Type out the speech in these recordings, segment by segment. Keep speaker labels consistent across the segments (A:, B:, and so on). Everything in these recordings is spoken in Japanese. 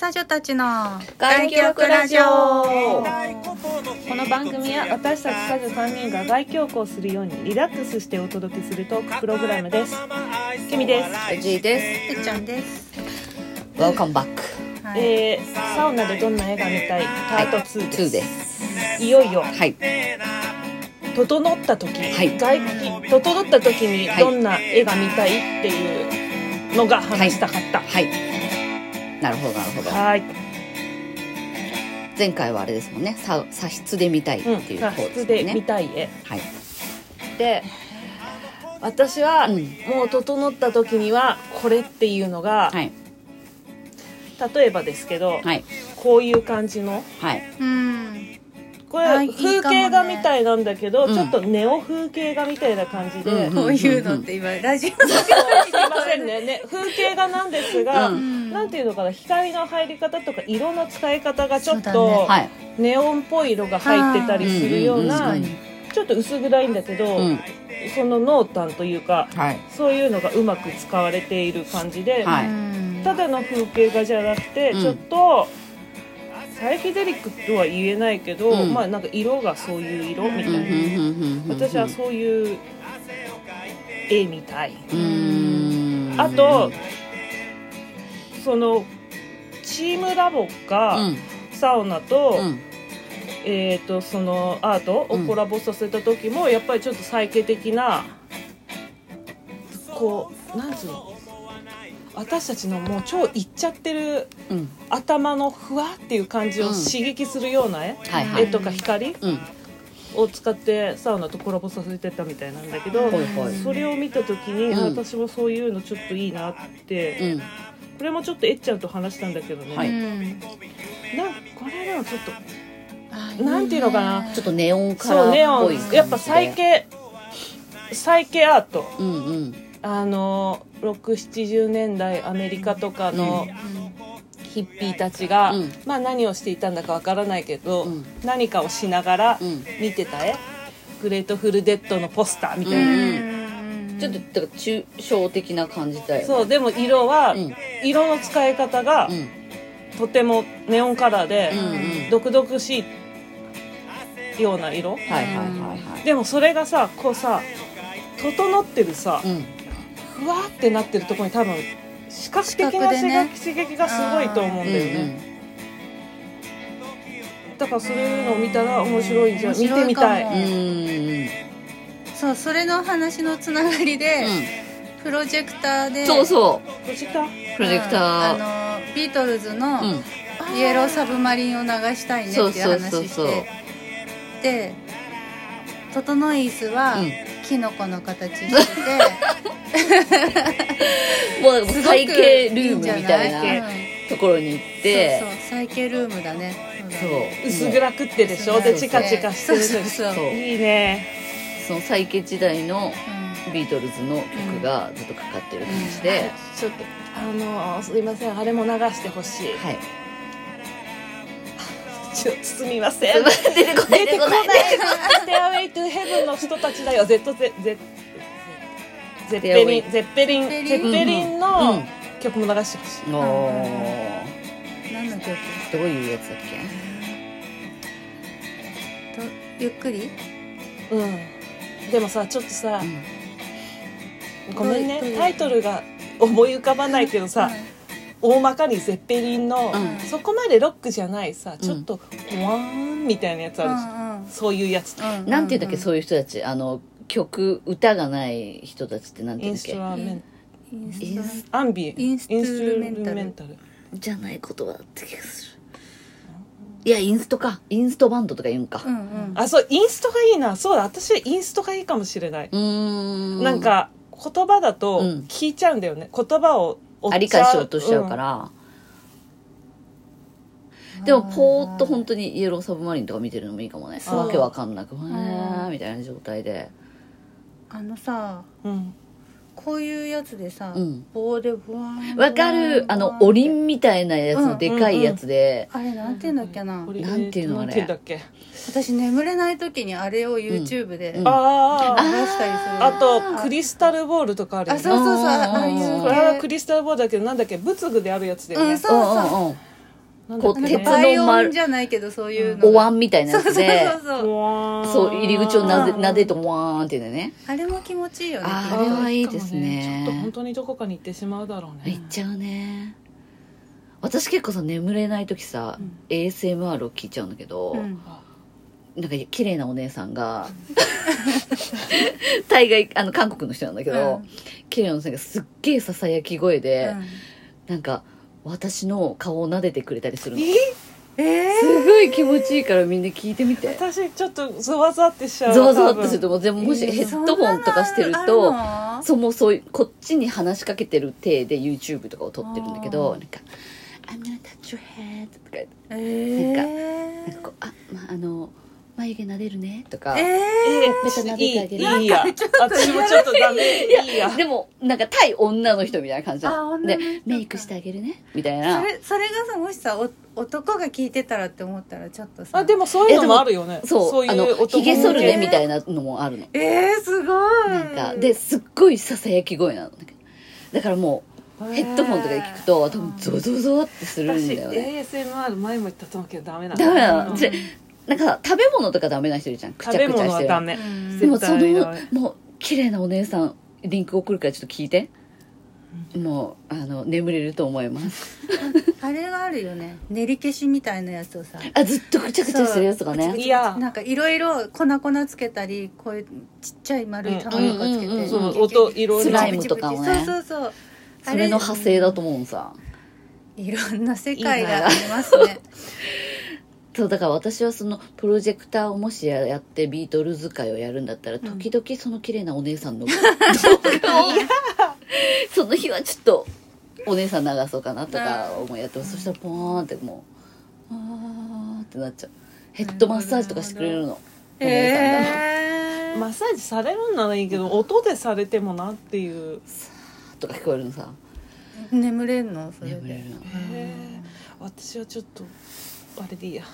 A: 魔女たちの
B: 外局ラジオ
C: この番組は私たち家族3人が外教をするようにリラックスしてお届けするトークプログラムですケミです
B: 藤井で
A: てっちゃんです、
B: す Welcome back
A: はい
C: えー、サウナでどんな絵が見たいパート2です,、
B: 2です
C: い、よいよ
B: はい
C: 整った時、
B: はい
C: 外気整った時に
B: はい
C: どんな絵が見たいっていうのが話したかった
B: はいなるほどなるほど
C: はい
B: 前回はあれですもんねさ茶室で見たいって
C: うん
B: いう
C: 茶
B: 方で
C: 室
B: すもん
C: で見
B: ね、
C: たい絵
B: はい
C: で私は
B: うん
C: もう整った時にはこれっていうのが、
B: はい
C: 例えばですけど、
B: はい
C: こういう感じの
B: はい
A: うん
C: これ
A: はい
C: 風景画みたいなんだけど、
B: いいか
C: ち
B: も
C: ょ
B: ね
C: っとネオ風景画みたいな感じで、
B: うん
A: こういうのって今ラジオの
C: すいませんね ね風景画なんですが、
B: うん
C: なんていうのかな光の入り方とか色の使い方がちょ
A: そう
C: っ
A: だね
C: と、
B: はい
C: ネオンっぽい色が入ってたりするような、
B: うんうんうん
C: ちょっと薄暗いんだけど、
B: うん
C: その濃淡というか
B: はい
C: そういうのがうまく使われている感じで、
B: はい
A: うん
C: ただの風景画じゃなくて、
B: うん
C: ちょっとサイケデリックとは言えないけど、
B: うん
C: まあなんか色がそういう色みたい
B: うん
C: な、
B: うんうんうんうん
C: 私はそういう絵みたい、
B: うーん
C: あとそのチームラボ
B: う
C: が、
B: ん
C: サウナと,、
B: うん
C: えー、とそのアートをコラボさせた時も、やっぱりちょっとサイケ的なこうなんつうの私たちのもう超いっちゃってる
B: うん
C: 頭のふわっていう感じを刺激するような絵、
B: はいは
C: 絵
B: い
C: とか光
B: うん
C: を使ってサウナとコラボさせてたみたいなんだけど、
B: ほいほい
C: それを見た時に、
B: うん
C: あ私もそういうのちょっといいなって、
B: うん
C: これもちょっとえっちゃんと話したんだけどね、
B: はい
A: うん
C: なんかこれなんかちょっと
A: あ
C: なんていうのかな
B: ちょっとネオンカラ
C: そうネ
B: ーっ
C: オ
B: ぽい感じ
C: ン
B: で
C: やっぱ再建再建アート
B: うんうん
C: あの670年代アメリカとかのヒッピーたちが、
B: うん
C: まあ何をしていたんだかわからないけど、
B: うん
C: 何かをしながら
B: うん
C: 見てた絵、グレートフルデッドのポスターみたいな、
A: うん
B: う
A: うん
B: ちょっとだから抽象的な感じだよ
C: そうでも色は、
B: うん
C: 色の使い方が
B: うん
C: とてもネオンカラーで、
B: うんうん
C: 毒々しいような色
B: はいはいはいはい
C: でもそれがさこうさ整ってるさ、
B: うん
C: ふわってなってるところに多分視覚的な
A: 視覚で
C: 刺激,、
A: ね
C: 刺激がすごいと思うんだよね、だからそういうのを見たら面白いじゃん
A: 面
C: 見
A: 白
C: て
A: い
C: み
A: かも
C: たい、
B: うんうん
A: そうそれの話のつながりで、
B: う
A: プロジェクターで
B: んそうそう
C: そした
B: プロジェクター、
A: うんあのビートルズの
B: うん
A: 「イエローサブマリン」を流したいねって
B: そ
A: いう
B: うそうそう
A: 話し
B: そう
A: てで「整い椅子は
B: うん
A: キノコの形 してて
B: もうなんか
A: すごく
B: 会計ルームみ
A: んじゃ
B: たい
A: な
B: な
A: うん
B: ところに行って
A: そうそう再建ルームだね
B: そう
C: 薄暗くってでしょでチカチカしてる
A: そうそう
B: そ
A: そうう、
C: いいね
B: その再建時代の
A: う
B: ビートルズの曲がずっとかかってる感じで、
C: ちょっとあのすいませんあれも流してほしい
B: はい
C: ちょ包みません
B: 出てこな
C: 出
B: い出て
C: て
B: こ
C: こ
B: な
C: ないいステアウェイトゥヘブンの人たちだよ Z ゼゼゼッペリンゼッペリン
A: ゼッペリン
C: ゼッペリン
B: う
C: の
B: ん
C: 曲も流してほしい、
B: おー
A: ん、何の曲
B: どういうやつだっ
A: とゆっくり
C: うん、でもさちょっとさ
B: け、、
C: ごめんね
A: どういう
C: タイトルが思い浮かばないけどさ、大まかにゼッペリンの、
B: うん
C: そこまでロックじゃないさ
B: ん
C: ちょっとワーンみたいなやつあるじゃん、そういうやつとか、
A: うん
B: なんていうんだっけ、
A: う
B: そういう人たちあの曲歌がない人たちってなんて
C: イ
B: いう
C: ン
B: んだっ
C: スト
B: け
C: ラメン
A: インス
B: インス
C: アンビ
A: インストゥルメンタル
C: インストゥルメン
B: じゃない言葉だった気がするいやインストかインストバンドとか言うんか
A: タうんうん
C: タルあそうインストがいいなそうだ私はインストがいいかもしれない、
B: うーん
C: なんか言葉だと
B: うん
C: 聞いちゃうんだよね言葉を追
B: あ
C: っ
B: 理
C: ちゃ
B: 解しようとしちゃうか、ら、でもぽーっと本当にイエローサブマリンとか見てるのもいいかもね
C: そう
B: わけわかんなくわーみたいな状態で
A: あのさ
C: うんうん
A: こういうやつでさ、
B: うん
A: 棒でブワーン
B: わかるあのオリンみたいなやつ
A: う
B: の
A: ん
B: でかいやつで、
A: あれなんていうんだっけな
C: これ
B: なんていうのあ
C: なん
B: れ
C: ていうんだっけ
A: 私眠れない時にあれを YouTube で流
B: うんうん
C: あー
A: したりする
C: あとクリスタルボールとかあるよ
A: あ
C: ね
A: そうそうそう
B: あー
A: ああいう
C: これは
A: 系
C: クリスタルボールだけどなんだっけ仏具であるやつだよ
A: う
C: ね、
A: んそうそう
B: うんうんうん
C: なん
B: こ
C: だ
B: う
C: っけ
A: なん
B: 鉄
A: か
B: の
A: 倍
B: 丸
A: 音じゃないけどそういうのが
B: お椀みたいな
A: そ
B: や
A: うそう
B: つ
A: そうそう
B: でそう入り口をなで
A: うん
B: なでとワーンってね
A: あれも気持ちいいよね
B: あ
A: きっ
B: ー
A: と
B: れはいいですね
C: ちょっと本当にどこかに行ってしまうだろうね
B: 行っちゃうね私結構さ眠れない時さ、
C: うん
B: ASMR を聞いちゃうんだけど、
A: うん
C: あ
B: なんか綺麗なお姉さんが大概あの韓国の人なんだけど、
A: うん
B: 綺麗なお姉さんがすっげえささやき声で、
A: うん
B: なんか私の顔を撫でてくれたりするの
C: え
A: え
B: すごい気持ちいいからみんな聞いてみて
C: 私ちょっとゾワゾワってしちゃう
B: ざわざわってす
C: す
B: るともう全部も
A: え
B: し
A: ー
B: ヘッドホンとかしてる
A: そん
B: と
A: なのあるの
B: そうもうそういうこっちに話しかけてる体で YouTube とかを撮ってるんだけど
C: あ
B: な
C: ー
B: んか「I'm gonna touch your head」とか言って
A: え
B: なんかこう「あ,、まあ、あの眉毛撫でるね」と
A: ー
B: か、
A: えー
B: めっちゃ撫でてあげる
C: いいいいや私もちょっとダメいいや
B: でもなんか対女の人みたいな感じ
A: あ
B: なの
A: 女の
B: で
A: 人か
B: メイクしてあげるねみたい
A: そ
B: な
A: れそれがさもしさお男が聞いてたらって思ったらちょっとさ
C: あでもそういうのもあるよね
B: そう
C: そう
B: あ
C: い
B: の
C: う男
B: ひげ剃る
A: ね
B: ねみたいなのもあるの
A: えー、すごい
B: なんかですっごいささやき声なのなんかだからもうヘッドホンとかで聞くと多分ゾゾゾゾってするん
C: 私
B: だよね
C: ASMR 前も言ったと思うけどダメなの
B: ダメな
A: う
B: の
A: ん
B: それなんかさ食べ物とかダメな人いるじゃんくちゃ
C: 食
B: く
C: べ
B: ちゃしてる
C: 物はダメ
A: うん
B: でも
C: 絶
B: そ
C: 対ダ
B: の
C: メ
B: もう綺麗なお姉さんリンク送るからちょっと聞いてもうあの眠れると思います
A: あれがあるよね練り消しみたいなやつをさ
B: あずっとくちゃくちゃしてるやつとかね
C: いや
A: なんかいろいろ粉粉つけたりこういうちっちゃい丸い卵とかつけて、
B: うんうんうん
C: そ
B: の
C: う音いろい
B: ス
C: ろ
B: ライムとかもね
A: そうそうそう
B: それの派生だと
A: 思
B: 思うのさ
A: ういろんな世界がありますね
B: そうだから私はそのプロジェクターをもしやってビートルズ会をやるんだったら
A: ん
B: 時々その綺麗なお姉さんの動画 をその日はちょっとお姉さん流そうかなとか思いやってもそしたらポーンってもうあーってなっちゃうヘッドマッサージとかしてくれるのお姉さんが、
A: え
C: マッサージされるんならいいけど音でされてもなっていう
B: とか聞こえるのさ
A: ー、眠れんのそれ
B: 眠れ
A: で
B: るの
C: 私はちょっとあれでいいや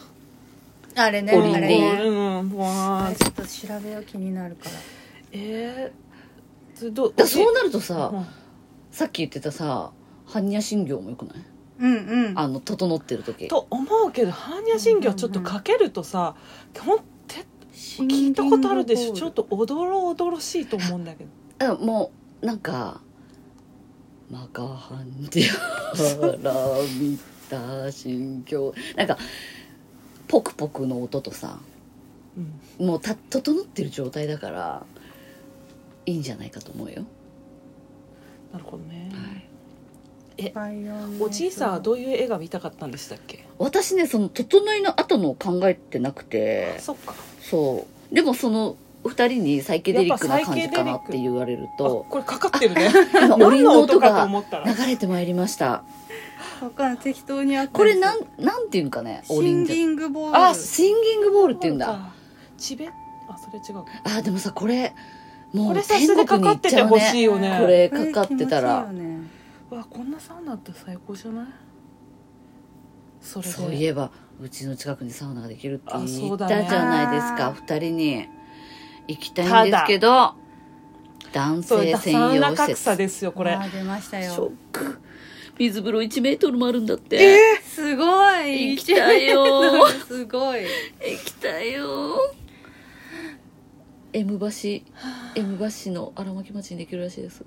A: あれね
B: オリン
A: あ
B: ピック
A: れね
C: うんボ
A: あ
C: ワーン
A: れちょっと調べよう気になるから
C: えー、それどう
B: だからそう
C: な
B: なるとさ、さっき言ってたさ般若心経もよくない
A: うんうん
B: あの整ってる時
C: と思うけど般若心経ちょっとかけるとさ、ほんて聞いたことあるでしょちょっとおどろおどろしいと思うんだけど
B: あもうなんか「マカハンディアラミタ心境」なんかポクポクの音とさ
C: うん
B: もうた整ってる状態だからいいんじゃないかと思うよ、
C: なるほどね、
B: はい
C: おじいさんは
A: う
C: どういう絵が見たかったんでしたっけ
B: 私ねその整いの後のを考えてなくて
C: そっか
B: そうでもその2人にサイケデリックな感じかなって言われる
C: あ
B: と
C: これかかってるね
B: 今オ
C: 何
B: リン
C: の
B: の
C: 音
B: 音
C: かと
B: が
C: 思ったら
B: 流れてまいりました
A: わかんない適当にあった
B: これなんんなんていうんかね
A: シ
B: オリン
A: ン
B: って
A: ギングボール
B: あシンギングボールって言うんだ
C: チベあそれ違う
B: あでもさこれも
C: こ
B: う
C: れさすが
B: 天
C: か
B: 国
C: かっ
B: に行っち
C: てて
B: ゃう
C: ほしい
B: ね
C: よね
B: これかかってた
A: こ
B: ら
A: れ気持ちいいよね
C: わこんなサウナって最高じゃないそれで
B: そういえばうちの近くにサウナができるって
C: あ
B: 言
C: そう
B: っ
C: だ
B: た
C: ね
B: じゃないですか、二人に行きたいんですけど男
C: そう
B: 性
C: だサ
B: 専
C: ウナ
B: 用施
C: 格差
B: 設
C: ですよこれ
A: あー出ました
B: ショ
A: よ
B: ック水風呂1メートルもあるんだって、
A: すごい
B: 行きたいよ
A: すごい
B: 行きたいよ M 橋 M 橋の荒牧町にできるらしいです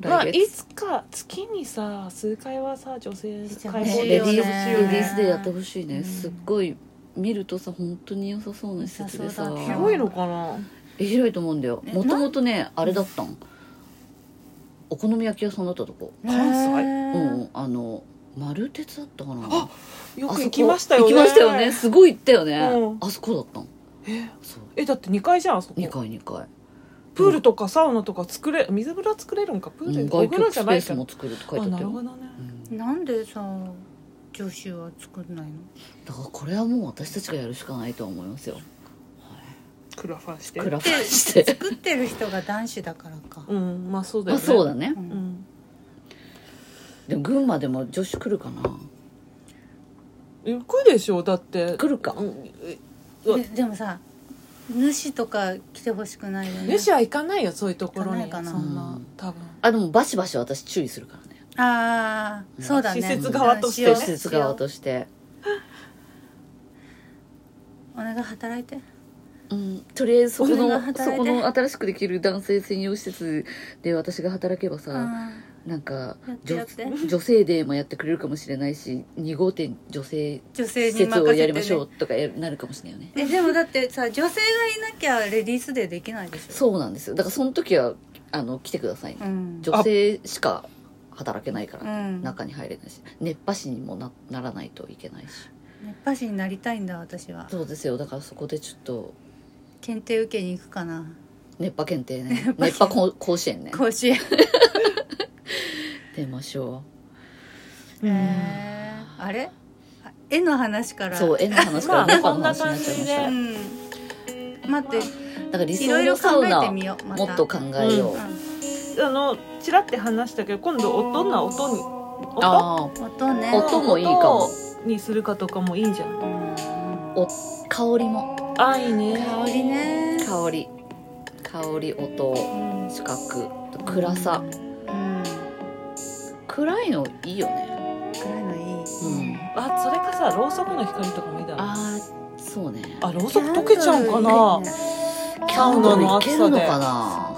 C: まあ
B: 来
C: い
B: 月
C: つか月にさ数回はさ女性解
A: 欲
C: 放
A: しい
B: レデ
A: よね
B: ィ
A: レ
B: ースレディースでやってほしいね、
C: うん
B: すっごい見るとさ本当に良さそうな施設で
A: 良
B: さ
A: さそうだ
C: 広いのかな
B: え広いと思うんだよ
A: え
B: もともとねあれだったんお好み焼き屋さんだったとこ
C: 関西
B: う、
A: うん
B: うん、あの丸鉄だったかな
C: あよく
B: あそこ
C: 行きましたよね
B: 行きましたよねすごい行ったよね、
C: うん
B: あそこだったん
C: え
B: そう
C: えだって2階じゃんあそこ
B: 2階2階
C: プールとかサウナとか作れ水風呂作れるんかプー
B: う
C: ル
B: ん
C: お
B: 外
C: 風呂
B: 局
C: じゃ
B: ス
C: な
B: ペー
C: い
B: ス
C: か
B: も作るって書い
C: あ
B: てあっ
C: な
B: た
C: る
B: よ
C: ほどね
B: うん
A: なんでさ女子は作んないの
B: だからこれはもう私たちがやるしかないとは思いますよ
C: クラファンして
B: クラファンして
A: 作ってる人が男子だからか
C: うんまあそうだ
B: ま
C: よ
B: あ
C: ね
B: そうだね
A: う
C: うんん
B: でも群馬でも女子来るかな
C: 行くでしょだって
B: 来るか
C: うんえうわ
A: ででもさ主とか来てほしくないよね
C: 主は行かないよそういうところに
A: 行かないかな
C: そん
B: う
C: なん多分
B: あでもバシバシ私注意するからね
A: ああそうだね
C: 施設側としてね
A: うん
B: 施設側として、
A: お願い働いて
B: うん、とりあえずそこ
A: 俺が
B: の
A: 働いて
B: そこの新しくできる男性専用施設で私が働けばさ、
A: うん
B: なんか
A: やってや
B: 女
A: って
B: 女性デーもやってくれるかもしれないし2号店女性
A: 女
B: 施
A: 性に任せ
B: 設
A: て、
B: を
A: ね、
B: やりましょうとかやるなるかもしれないよね
A: えでもだってさ女性がいなきゃレディースデーできないでしょ
B: そうなんですよだからその時はあの来てくださいね、
A: ん
B: 女性しか働けないか
A: う
B: ら、
A: ん熱
B: 中に入れないし熱波師にもなならないといけないし
A: 波師になりたいんだ私は
B: そうですよだからそこでちょっと
A: 検定受けに行くかな
B: 熱波検定ね
A: 波検定
B: 熱波甲甲子園ね
A: 甲子園
B: 出ましょ
A: えーあれあ絵の話か
B: う
A: ら
B: そう絵の話から
C: まあ
B: 猫の話になっちゃいました、
C: こんな
A: う
C: 感
A: ん待って
B: だから理
A: いろ
B: 想
A: い
B: の
A: ろ
B: サウ
A: 考え
B: ナ
A: てみようまた
B: もっと考えよう、
A: う
C: あのちらって話したけど今度音な音に音
B: あ
A: ん音ね
B: あ音もいいかも
C: 音にするかとかもいいじゃん
B: 香りも
C: あいいね
A: 香りね
B: 香り香り音視覚暗さ
A: うん
B: 暗いのいいよね
A: 暗いのいい
B: うん
C: あそれかさろうそくの光とかもいいだろう
B: ああそうね
C: あろうそく溶けちゃうかな
A: キャンドルいいね
B: キャンドルいけるのかな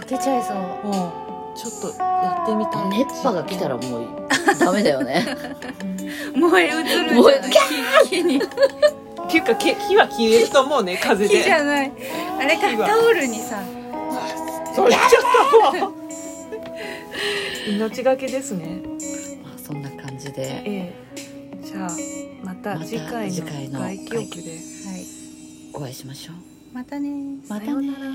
A: 溶けちゃいそう
C: うんちょっとやってみたい
B: 熱波が来たら もうダメだよね
A: 燃え移るんじゃない
B: 燃え
A: 木木に
C: っていうかけ火は消えると思 うね風
A: 木じ
C: で
A: ゃないあれかタオルにさ
C: それちょっともう 命がけですね
B: まあそんな感じで
C: ええじゃあまた
B: また
C: 次回
B: 次回の
C: の外記憶で、
A: はい
B: お会いしましょう
A: またね
B: また
A: さようなら
B: ね